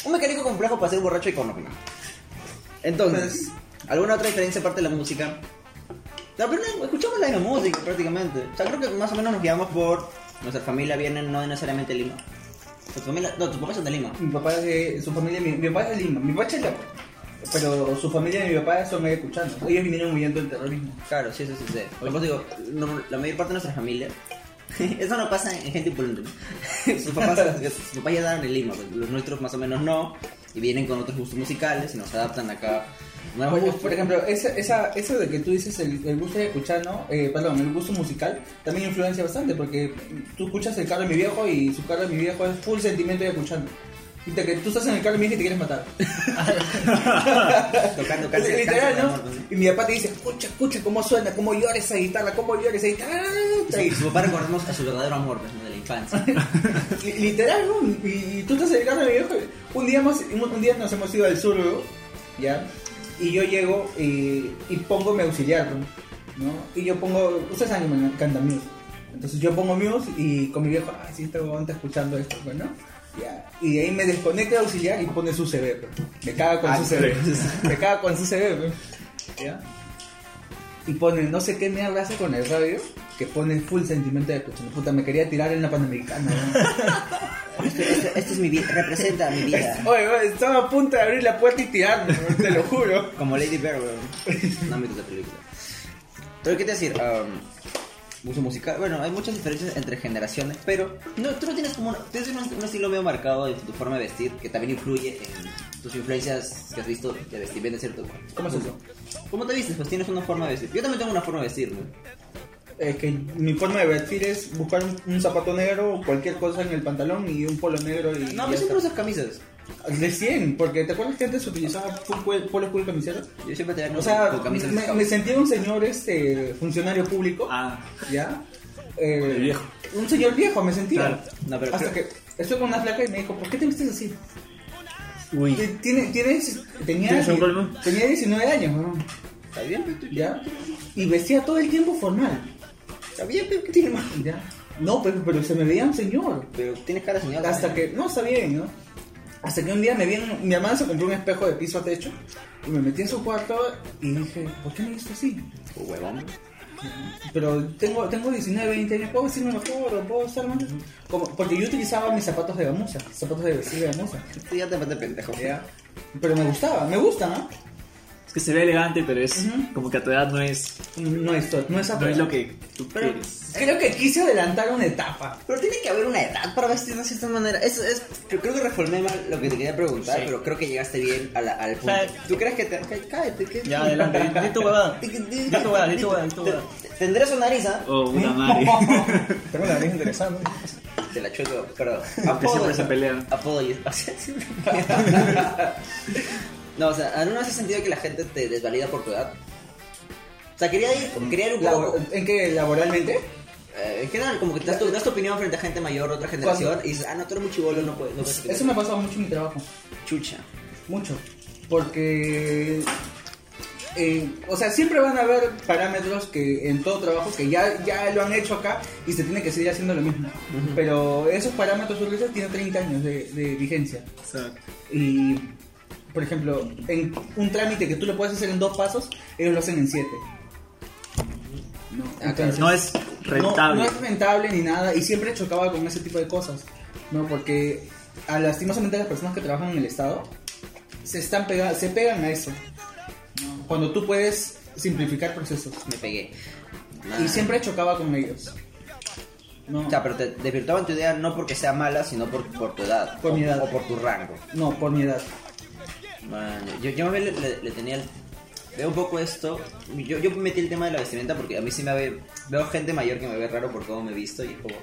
S1: Un mecánico complejo para ser borracho y económico. Entonces, ¿alguna otra diferencia aparte de la música? No, pero no, escuchamos la misma música prácticamente. O sea, creo que más o menos nos guiamos por... Nuestra familia viene no de necesariamente de Lima. Tu familia, no, tus papás son de Lima.
S4: Mi papá es de. Su familia. Mi, mi papá es de Lima. Mi papá es chileno. Pero su familia y mi papá son ahí escuchando. Ellos vinieron huyendo del terrorismo.
S1: Claro, sí, sí, sí. sí. Por eso digo, no- la mayor parte de nuestra familia. *laughs* Eso no pasa en gente voluntaria. *laughs* Sus
S4: *laughs*
S1: papás, sus papás ya daban en Lima, pues, los nuestros más o menos no. Y vienen con otros gustos musicales y nos adaptan acá. Nuevos
S4: Oye, pues,
S1: gustos.
S4: por ejemplo, esa, esa, eso de que tú dices el, el gusto de escuchar, ¿no? Eh, perdón, el gusto musical también influencia bastante porque tú escuchas el carro de mi viejo y su carro de mi viejo es full sentimiento de escuchando. Y te- que tú estás en el carro de mi viejo y te quieres matar. *laughs*
S1: tocando cáncer,
S4: Literal,
S1: cáncer de
S4: ¿no?
S1: amor, ¿no?
S4: Y mi papá te dice, escucha, escucha cómo suena, cómo llora esa guitarra, cómo llora esa guitarra.
S1: Y su, su papá recordamos a su verdadero amor pues, ¿no? de la
S4: *laughs*
S1: infancia.
S4: Li- Literal, ¿no? Y, y tú estás en el carro de mi viejo. Un día, hemos- un, un día nos hemos ido al sur, ¿no? ¿ya? Y yo llego y, y pongo mi auxiliar, ¿no? Y yo pongo, ustedes saben que me encanta Muse. Entonces yo pongo Muse y con mi viejo, ah, sí, este huevón está escuchando esto, pues, ¿no? Ya. Y de ahí me desconecta el auxiliar y pone su CV, pues. Me caga con
S2: Ah,
S4: su CV. me caga con su CV, pues. ¿ya? Y pone, no sé qué mierda hace con el radio, que pone full sentimiento de escuchando. Puta, me quería tirar en la panamericana, ¿no?
S1: Esto, esto- esto Este, es mi vida, representa mi vida.
S4: Oye, oye, estaba a punto de abrir la puerta y tirarme, weón, te lo juro.
S1: Como Lady Bird, weón. No me gusta la película. Pero qué te decir, Am, gusto musical. Bueno, hay muchas diferencias entre generaciones, pero no, tú no tienes como una- tienes un, un estilo medio marcado en tu forma de vestir que también influye en tus influencias que has visto de vestimenta, ¿cierto?
S4: ¿Cómo es eso?
S1: ¿Cómo te vistes? Pues tienes una forma de vestir. Yo también tengo una forma de vestir, ¿no?
S4: Es Eh, que mi forma de vestir es buscar un, un zapato negro o cualquier cosa en el pantalón y un polo negro
S1: No, pues
S4: y. y
S1: yo
S4: ya
S1: siempre
S4: está.
S1: usas camisas.
S4: Recién, porque ¿te acuerdas que antes utilizaba full cue- polo full camiseta?
S1: Yo siempre te veo
S4: O sea,
S1: con camisas de
S4: me, me
S1: scout.
S4: sentía un señor este funcionario público,
S2: ah,
S4: ¿ya? Eh,
S2: El viejo.
S4: Un señor viejo me sentía.
S2: Claro.
S1: No, pero
S4: Hasta que estuve con una flaca y me dijo, ¿por qué te vistes así?
S2: uy.
S4: Tiene- tiene- Tienes, tenía,
S2: ¿Tienes un problema?
S4: tenía 19 años, weón.
S1: Está bien, pe, tú-
S4: ¿ya? Y vestía todo el tiempo formal,
S1: está bien, pe, ¿qué tiene más?
S4: ¿ya? No, pero, pero se me veía un señor.
S1: Pero tienes cara de señora.
S4: Hasta que, no, está bien, ¿no? Hasta que un día me vi, en- mi hermana se compró un espejo de piso a techo y me metí en su cuarto y dije, ¿por qué me he visto así?
S1: Oh, Huevón.
S4: Pero tengo, tengo 19, 20 años, ¿puedo vestirme mejor o puedo estar más? Como, porque yo utilizaba mis zapatos de gamuza, zapatos de vestir de gamuza,
S1: Tú ya te metes pendejo.
S4: ¿ya? Pero me gustaba, me gusta, ¿no?
S2: que se ve elegante, pero es como que a tu edad no es,
S4: No es, to- no es
S2: no es lo que tú
S1: Pero-
S2: quieres.
S4: Creo que quise adelantar una etapa.
S1: Pero tiene que haber una edad para vestirnos de esta manera. Es, es, creo, creo que reformé mal lo que te quería preguntar,
S3: Sí.
S1: pero creo que llegaste bien a la- al punto.
S3: sea,
S1: ¿Tú crees que te.? cá- Cállate, que.
S3: Ya, adelante. Di- Di tu huevada.
S1: Di- di-
S3: Di tu huevada, di tu huevada, di tu
S1: Te-
S3: huevada.
S1: te- Tendré su nariz, ¿ah?
S2: Oh, puta
S4: *laughs*
S2: madre.
S4: Tengo la nariz interesante.
S1: Te la chueco, perdón.
S2: Aunque siempre se pelean.
S1: Apodo y. o sea, siempre- *laughs* no, o sea, ¿alguna vez has sentido que la gente te desvalida por tu edad? O sea, quería ir, quería ir un poco.
S4: Labo- ¿En qué? ¿Laboralmente?
S1: eh, en general, como que te das tu, das tu opinión frente a gente mayor, otra generación, y dices, ah, no, tú eres muy chivolo, no puedes. No puedes
S4: Eso me pasa mucho en mi trabajo.
S1: chucha.
S4: Mucho. Porque. eh, o sea, siempre van a haber parámetros que en todo trabajo que ya, ya lo han hecho acá y se tiene que seguir haciendo lo mismo. Pero esos parámetros ustedes tienen 30 años de, de vigencia. Y, por ejemplo, en un trámite que tú lo puedes hacer en dos pasos, ellos lo hacen en siete. No, entonces-
S2: No es rentable.
S4: no, no es rentable ni nada. Y siempre chocaba con ese tipo de cosas. No, porque a lastimosamente las personas que trabajan en el Estado se están pega- se pegan a eso. Cuando tú puedes simplificar procesos.
S1: Me pegué.
S4: Y siempre chocaba con ellos. No,
S1: O sea, pero te desvirtuaban tu idea no porque sea mala, sino por, por tu edad.
S4: Por
S1: o,
S4: mi edad.
S1: O por tu rango.
S4: no por mi edad.
S1: Man, yo, yo me le, le- le tenía el- Veo un poco esto. Yo, yo metí el tema de la vestimenta porque a mí sí me ve... Veo gente mayor que me ve raro por cómo me he visto y es como...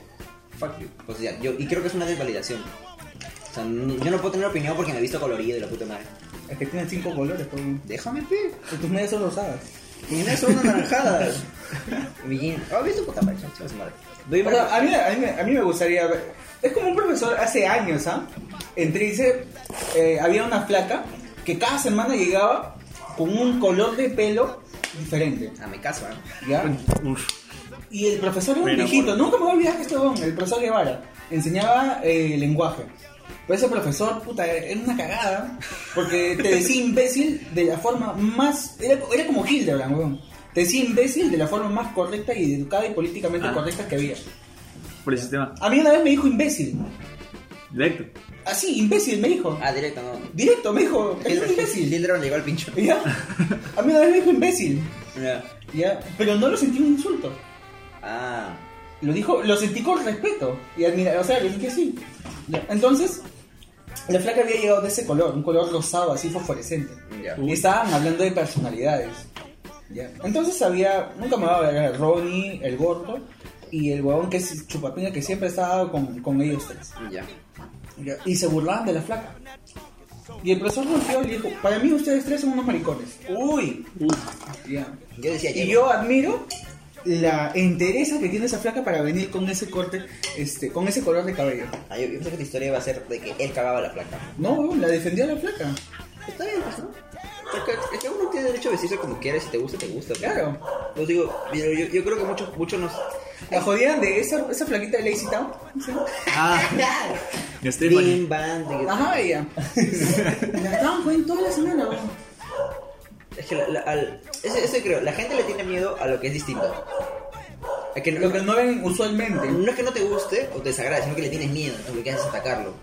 S1: Fuck you. O sea, yo, y creo que es una desvalidación. O sea, n- yo no puedo tener opinión porque me he visto colorido y la puta madre.
S4: Es que tienen cinco colores. pues.
S1: Déjame, pe.
S4: Y tus medias son rosadas.
S1: Mis negras son anaranjadas. Mi jean. Oh, ¿viste puta madre? Chicas, madre. Doy
S4: O sea, a, mí, a, mí, a mí me gustaría ver. Es como un profesor hace años, ¿ah? Entré y dice, eh, había una flaca que cada semana llegaba con un color de pelo diferente.
S1: Ah, me caso, ¿eh?
S4: ¿ya? Y el profesor era un
S2: Me
S4: viejito,
S2: enamoro.
S4: nunca me voy a olvidar que este don, el profesor Guevara, enseñaba eh, lenguaje. Pero ese profesor, puta, era una cagada, porque te decía imbécil de la forma más. Era, era como Hildebrand, weón. Te decía imbécil de la forma más correcta y educada y políticamente
S2: Ah.
S4: correcta que había.
S2: Por el sistema.
S4: A mí una vez me dijo imbécil.
S2: Directo.
S4: Así, imbécil, me dijo.
S1: Ah, directo, no.
S4: Directo, me dijo. Es un
S1: *laughs*
S4: imbécil.
S1: Hilderon llegó al pincho.
S4: ¿Ya? A mí una vez me dijo imbécil.
S1: Ya.
S4: ¿Ya? Pero no lo sentí un insulto.
S1: Ah.
S4: Lo dijo, lo sentí con respeto. Y admira, o sea, lo sentí así. ¿Ya? Entonces, la flaca había llegado de ese color, un color rosado, así fosforescente.
S1: Ya.
S4: Y estaban hablando de personalidades. ¿Ya? Entonces había, nunca me va a ver Ronnie, el gordo, y el huevón que es chupapinga que siempre estaba con, con ellos tres.
S1: Ya.
S4: Ya, Y se burlaban de la flaca. Y el profesor volteó y le dijo, para mí ustedes tres son unos maricones. Uy. Ya.
S1: Yo decía,
S4: Y
S1: llego.
S4: yo admiro la entereza que tiene esa flaca para venir con ese corte, este, con ese color de cabello.
S1: Ah, yo, yo pensé que tu historia iba a ser de que él cagaba a la placa.
S4: No, huevón, la defendía la flaca.
S1: Está bien, pues, ¿no? Porque es que uno tiene derecho a vestirse como quiera, si te gusta, te gusta. pues.
S4: Claro.
S1: Pues digo, pero yo, yo creo que muchos muchos nos...
S4: La jodían de esa, esa flaquita de Lazy Town. ¿sí?
S1: *laughs*
S2: Ah, Stephanie.
S1: Bim, bam, de que-
S4: Ajá, *laughs* ella. la estaban jodiendo toda la semana, huevón.
S1: Es que la, la- al- ese, ese creo, la gente le tiene miedo a lo que es distinto. A que no,
S4: Lo que no ven usualmente.
S1: no es que no te guste o te desagrade, sino que le tienes miedo, entonces lo que haces es atacarlo.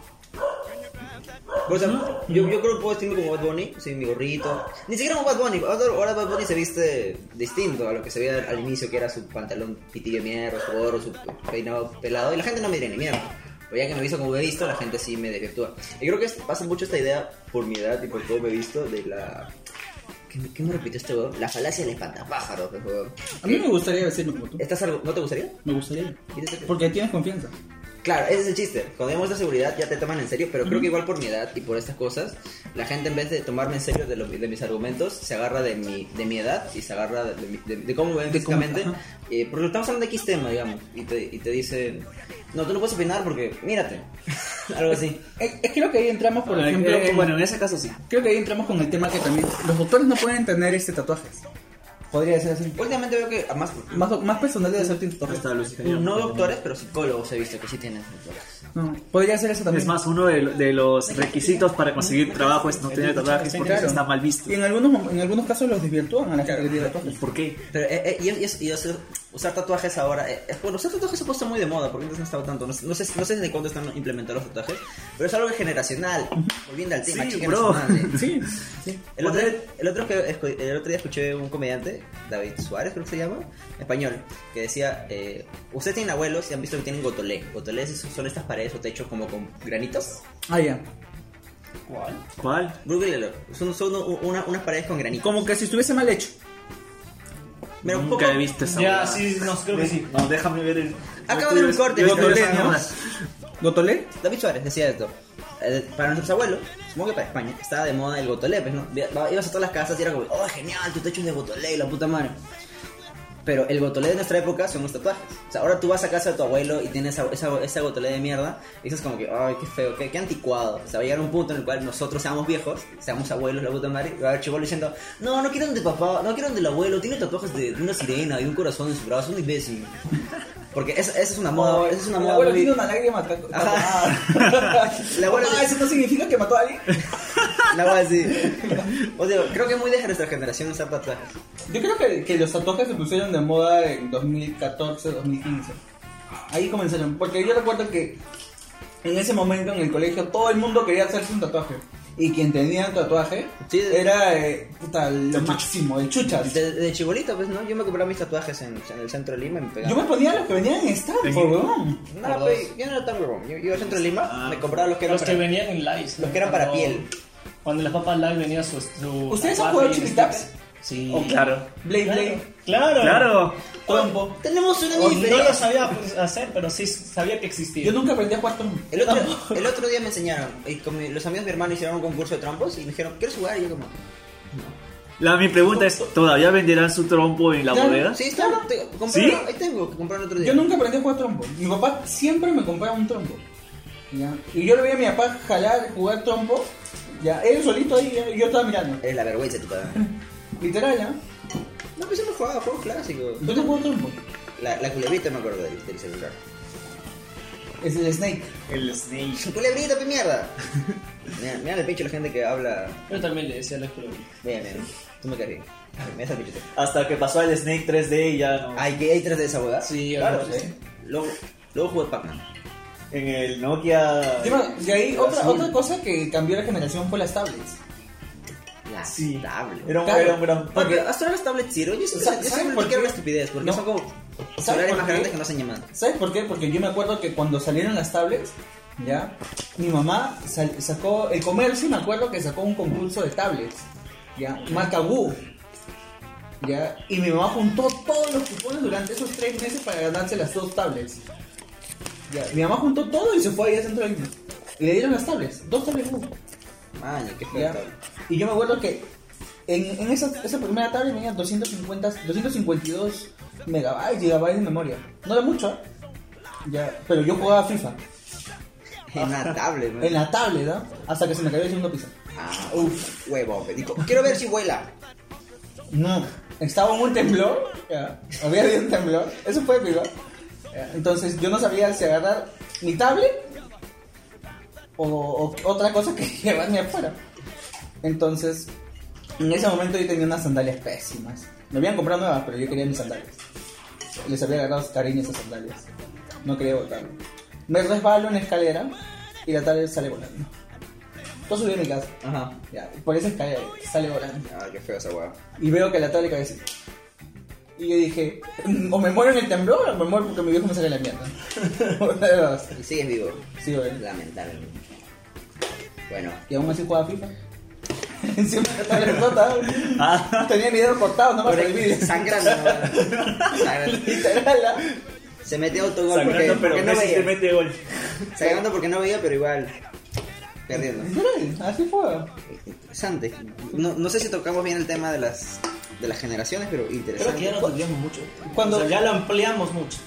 S1: O sea, yo, yo creo que puedo vestirme como Bad Bunny, soy mi gorrito. Ni siquiera como Bad Bunny, ahora ahora Bad Bunny se viste distinto a lo que se veía al inicio, que era su pantalón pitillo de mierda, su gorro, su peinado pelado, y la gente no me dirá ni mierda. Pero ya que me he visto como me he visto, la gente sí me desvirtúa. Y creo que es- pasa mucho esta idea, por mi edad y por todo me he visto, de la... ¿Qué, me- qué me repitió este huevón? La falacia del espantapájaro, pues, huevón.
S4: A mí me gustaría decirme como tú.
S1: ¿Estás algo... ¿No te gustaría?
S4: Me gustaría.
S1: Quítate-
S4: Porque tienes confianza.
S1: Claro, ese es el chiste. Cuando digamos de seguridad ya te toman en serio, pero creo que igual por mi edad y por estas cosas, la gente en vez de tomarme en serio de, lo- de mis argumentos, se agarra de mi, de mi edad y se agarra de, mi- de- de cómo me ven
S4: De cómo,
S1: físicamente.
S4: ajá.
S1: eh, porque estamos hablando de X tema, digamos, y te, y te dicen, no, tú no puedes opinar porque mírate. *laughs* Algo así.
S4: Es, es que creo que ahí entramos, por
S2: Ah,
S4: ejemplo,
S2: eh,
S4: con-
S2: bueno, en ese caso sí.
S4: creo que ahí entramos con el tema que también los doctores no pueden tener este tatuajes. Podría ser así.
S1: Últimamente veo que, además,
S4: Más, do- más personal de hacerte un tatuaje.
S2: Hasta los ingenieros.
S1: no doctores, pero psicólogos he visto que sí tienen doctores.
S4: No, podría ser eso también.
S2: Es más, uno de, lo- de los requisitos para conseguir trabajo es no tener tatuajes porque eso
S4: Claro.
S2: está mal visto.
S4: Y en algunos, mom- en algunos casos los desvirtúan a la gente que tiene tatuajes.
S2: ¿Por qué?
S1: Pero, eh, eh, y, es- y es- y eso- usar tatuajes ahora. eh, bueno, usar tatuajes se ha puesto muy de moda porque antes no estaba tanto. No, sé- no sé, no sé desde cuándo están implementados los tatuajes, pero es algo generacional. Volviendo al tema,
S2: Sí,
S1: chicas,
S2: bro.
S1: madre.
S4: *laughs*
S2: Sí.
S1: El otro, el, otro que escu- el otro día escuché un comediante, David Suárez creo que se llama, español, que decía, eh, ustedes tienen abuelos y han visto que tienen gotolé. Gotolé es- son estas paredes o techos como con granitos.
S4: Ah, ya.
S2: ¿Cuál?
S1: Google son, son u- una- unas paredes con granitos.
S4: Como que si estuviese mal hecho.
S1: Mira, un
S7: Nunca
S1: poco-
S7: he visto esa
S3: Ya,
S7: huevada.
S3: sí, no, creo que sí.
S2: No, déjame ver el.
S1: Acaba de ver un corte,
S2: Yo
S1: pero
S2: quiero
S1: no
S2: ver
S1: sé,
S2: esa
S1: ¿no?
S2: más.
S4: ¿Gotolé?
S1: David Suárez decía esto. eh, para nuestros abuelos, supongo que para España, estaba de moda el gotolé, pues, ¿no? Iba- Ibas a todas las casas y era como, oh, genial, tu techo es de gotolé, la puta madre. Pero el gotolé de nuestra época son los tatuajes. O sea, ahora tú vas a casa de tu abuelo y tienes esa, esa, esa gotolé de mierda y dices como que, ay, qué feo, qué, qué anticuado. O sea, va a llegar un punto en el cual nosotros seamos viejos, seamos abuelos, la puta madre, y va a haber chivolo diciendo, no, no quiero donde papá, no quiero donde el abuelo, tiene tatuajes de, de una sirena y un corazón en su brazo, un imbécil. Porque esa, esa es una moda, esa es una
S4: Mi
S1: moda.
S4: Ah. abuelo
S1: muy-
S4: tiene una lágrima tatu-
S1: Ajá.
S4: tatuada. *laughs*
S1: El abuelo-
S4: Ah, eso no significa que mató a alguien.
S1: *laughs* La voy a decir. O sea, creo que es muy de nuestra generación usar tatuajes.
S4: Yo creo que, que los tatuajes se pusieron de moda en 2014, 2015. Ahí comenzaron, porque yo recuerdo que en ese momento en el colegio todo el mundo quería hacerse un tatuaje. Y quien tenía un tatuaje
S1: Sí.
S4: era eh, puta, lo máximo, el chuchas.
S1: De, de chibolito, pues, ¿no? Yo me compraba mis tatuajes en, en el centro de Lima y me pegaba.
S4: Yo me ponía los que venían en Stanford, weón.
S1: No, pues, yo no era tan huevón. Yo yo iba al centro de Lima,
S2: Ah.
S1: me compraba los que eran
S3: Los que
S1: para...
S3: venían en lives.
S1: los que eran para piel.
S3: Cuando las papas live venía su. su
S4: ¿Ustedes han
S3: tatuaje
S4: jugado
S3: y el
S4: Chiquitax?
S3: sticker. Sí.
S7: Oh, claro.
S4: Blade
S3: Claro,
S4: Blade,
S3: Claro.
S7: Claro.
S4: Trompo.
S1: Tenemos una
S3: O- No lo
S1: diferencia.
S3: sabía pues, hacer, pero sí sabía que existía.
S4: Yo nunca aprendí a jugar trompo.
S1: El otro, el otro día me enseñaron, y con mi- los amigos de mi hermano hicieron un concurso de trompos y me dijeron, ¿quieres jugar? Y yo como,
S2: La, mi pregunta es: ¿todavía venderán su trompo en la
S4: Claro,
S2: bodega?
S1: sí, está, te- compralo,
S2: ¿Sí?
S1: ahí tengo que comprar otro día.
S4: Yo nunca aprendí a jugar trompo. Mi papá siempre me compraba un trompo. ¿ya? Y yo le veía a mi papá jalar, jugar trompo. Ya, él solito ahí, ya, y yo estaba mirando.
S1: Eres la vergüenza de tu padre.
S4: Literal, ¿ya?
S1: No, pues yo no jugaba, juego clásico.
S4: Yo te juego trompo.
S1: La, la culebrita me acuerdo del, del celular.
S4: Es el Snake.
S3: El Snake.
S1: ¡Culebrita, pe pues, mierda! Mira, mira el pecho la gente que habla...
S3: Yo también le decía a la escuela.
S1: Bien, bien. Tú me caes bien. Me das el pichete.
S2: Hasta que pasó el Snake 3D y ya no.
S1: Ay, que hay tres de esa hueá.
S3: Sí,
S1: claro.
S3: algo así.
S1: sí. Luego, luego jugué Pac-Man.
S2: En el Nokia.
S4: Encima, de ahí, otra,
S2: azul.
S4: otra cosa que cambió la generación fue las tablets.
S1: Las
S2: Sí.
S1: tablets.
S2: Era un,
S4: Claro.
S2: era un gran.
S1: Porque hasta ahora las tablets zero. Yo
S4: Sa-
S1: siempre, yo
S4: ¿saben
S1: siempre
S4: por
S1: que era
S4: qué?
S1: una estupidez. Porque
S4: No.
S1: son como
S4: por
S1: celulares más
S4: qué?
S1: grandes que no se han llamado.
S4: ¿Sabes por qué? Porque yo me acuerdo que cuando salieron las tablets, ya, mi mamá sal- sacó, el comercio me acuerdo que sacó un concurso de tablets, ya, marca Wu, ya, y mi mamá juntó todos los cupones durante esos tres meses para ganarse las dos tablets. Ya, mi mamá juntó todo y se fue ahí al centro de Lima. Y le dieron las tablets, dos tablets Wu.
S1: Maño, qué feo.
S4: ¿ya?
S1: tablet.
S4: Y yo me acuerdo que en, en esa, esa primera tablet venía 250, 252 megabytes, gigabytes de memoria. No era mucho, ¿eh? ya, pero yo jugaba FIFA
S1: En una
S4: *laughs*
S1: tablet, man.
S4: en la tablet, ¿no? Hasta que se me cayó el segundo piso.
S1: Ah, uff, huevo. pe. Dijo, Quiero ver si vuela.
S4: No, estaba en un temblor, ya, había habido un temblor, eso fue épico. ya. Entonces yo no sabía si agarrar mi tablet o, o otra cosa que *laughs* llevarme afuera. Entonces, en ese momento yo tenía unas sandalias pésimas. Me habían comprado nuevas, pero yo quería mis sandalias. Les había agarrado cariño a esas sandalias. No quería botarlo. Me resbalo en la escalera y la tablet sale volando. Todo subí a mi casa.
S1: Ajá.
S4: ya, por esa escalera sale volando
S1: Ah, qué feo esa hueá.
S4: y veo que la tabla cae así. Y yo dije, mm, o me muero en el temblor o me muero porque mi viejo me saca la mierda. Una de dos.
S1: Y sigues vivo.
S4: Sí, güey.
S1: Lamentablemente. Bueno.
S4: Y aún así jugaba FIFA. *laughs* Encima de la tabla explota. Tenía mi dedo cortado, no me
S1: Ahora,
S4: serví. *laughs*
S1: sangrando. man. Sangrando.
S4: Literal. ¿ah?
S1: Se metió autogol
S2: Sangrando,
S1: porque,
S2: pero
S1: porque no
S2: Messi
S1: veía.
S2: se mete gol.
S1: Sangrando porque no veía, pero igual. Perdiendo.
S4: Literal, así fue.
S1: Interesante. No, no sé si tocamos bien el tema de las de las generaciones, pero
S3: Creo que
S1: interesante.
S3: ya no tendríamos mucho.
S4: Cuando-
S3: O sea, ya lo ampliamos mucho.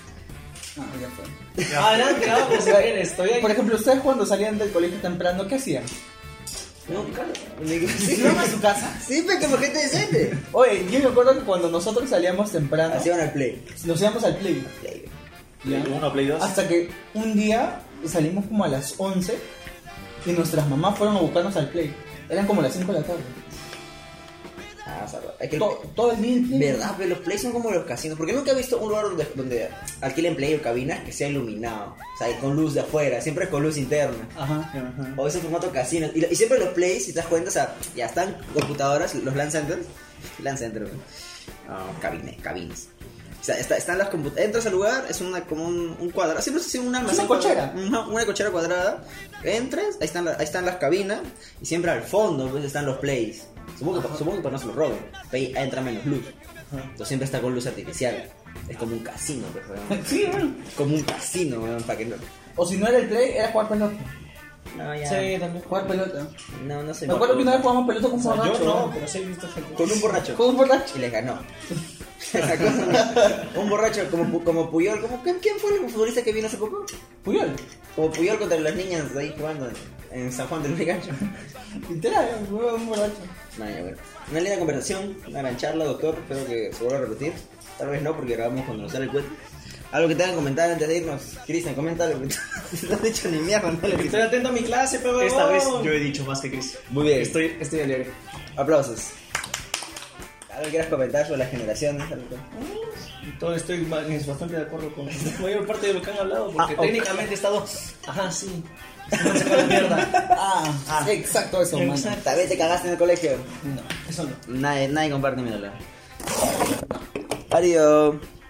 S4: Ah, ya fue. Ah,
S3: Adelante,
S4: pues,
S3: vamos, si quieres, estoy ahí.
S4: Por ejemplo, ustedes cuando salían del colegio temprano, ¿qué hacían?
S1: sí,
S4: ¿Iban a su casa?
S1: sí, pero como gente decente.
S4: Oye, yo me acuerdo que cuando nosotros salíamos temprano,
S1: Así van al play.
S4: nos íbamos al play.
S1: Play.
S4: ¿ya?
S2: Uno, Play 2.
S4: Hasta que un día salimos como a las 11 y nuestras mamás fueron a buscarnos al play. Eran como las 5 de la tarde.
S1: Ah, o sea, hay que...
S4: To- todo el día.
S1: ¿Verdad? Pero los play son como los casinos. Porque nunca he visto un lugar donde, donde alquilen play o cabinas que sea iluminado. O sea, y con luz de afuera. Siempre es con luz interna.
S4: Ajá, ajá.
S1: O ese formato casino. Y, y siempre los plays, si te das cuenta, o sea, ya están computadoras, los LAN centers. LAN centers, cabines, cabines. O sea, está- están las computadoras. Entras al lugar, es una, como un, un cuadrado. Siempre es una almacén
S4: cochera.
S1: cuadrado. Ajá, una cochera cuadrada. Entras, ahí están, la- ahí están las cabinas. Y siempre al fondo pues, están los plays. Supongo que, pa- supongo que para no se los roben. Ahí entra menos luz. Entonces siempre está con luz artificial. Es como un casino, pues, *laughs* weón.
S4: Sí, bueno.
S1: Como un casino, weón, para que no.
S4: O si no era el play, era jugar pelota.
S1: No, ya.
S4: también. Jugar pelota.
S1: No, no sé.
S4: Me acuerdo que una vez jugamos pelota con un
S3: O sea,
S4: borracho.
S3: yo no, pero sí he visto gente.
S1: Con un borracho.
S4: Con un borracho.
S1: Y les ganó. *laughs* Esa cosa, ¿no? un borracho como, Pu- como Puyol. Como, ¿quién, quién fue el futbolista que vino hace poco?
S4: Puyol.
S1: Como Puyol contra las niñas ahí jugando en, en San Juan del Megancho.
S4: Literal, fue un borracho.
S1: No, ya, bueno. Una linda conversación, una gran charla, doctor. Espero que se vuelva a repetir. Tal vez no, porque grabamos cuando nos sale el cuento. Algo que tengan que comentar antes de irnos. Cristian, comenta algo. *laughs* no has dicho ni mierda, no le
S6: Estoy atento a mi clase, pero
S2: Esta vez yo he dicho más que Chris.
S1: Muy bien.
S2: Estoy.
S6: Estoy alegre.
S1: Aplausos. ¿Algo que quieras comentar sobre las generaciones? algo?
S3: Todo estoy ma- es bastante de acuerdo con *laughs* la mayor parte de lo que han hablado, porque
S1: Ah, ok.
S3: técnicamente he estado. Ajá, sí. No se fue a la mierda.
S4: Ah, exacto eso, man.
S3: Exacto.
S1: Tal vez te cagaste en el colegio.
S3: No, eso no.
S1: Nadie, nadie comparte mi dolor. Adiós.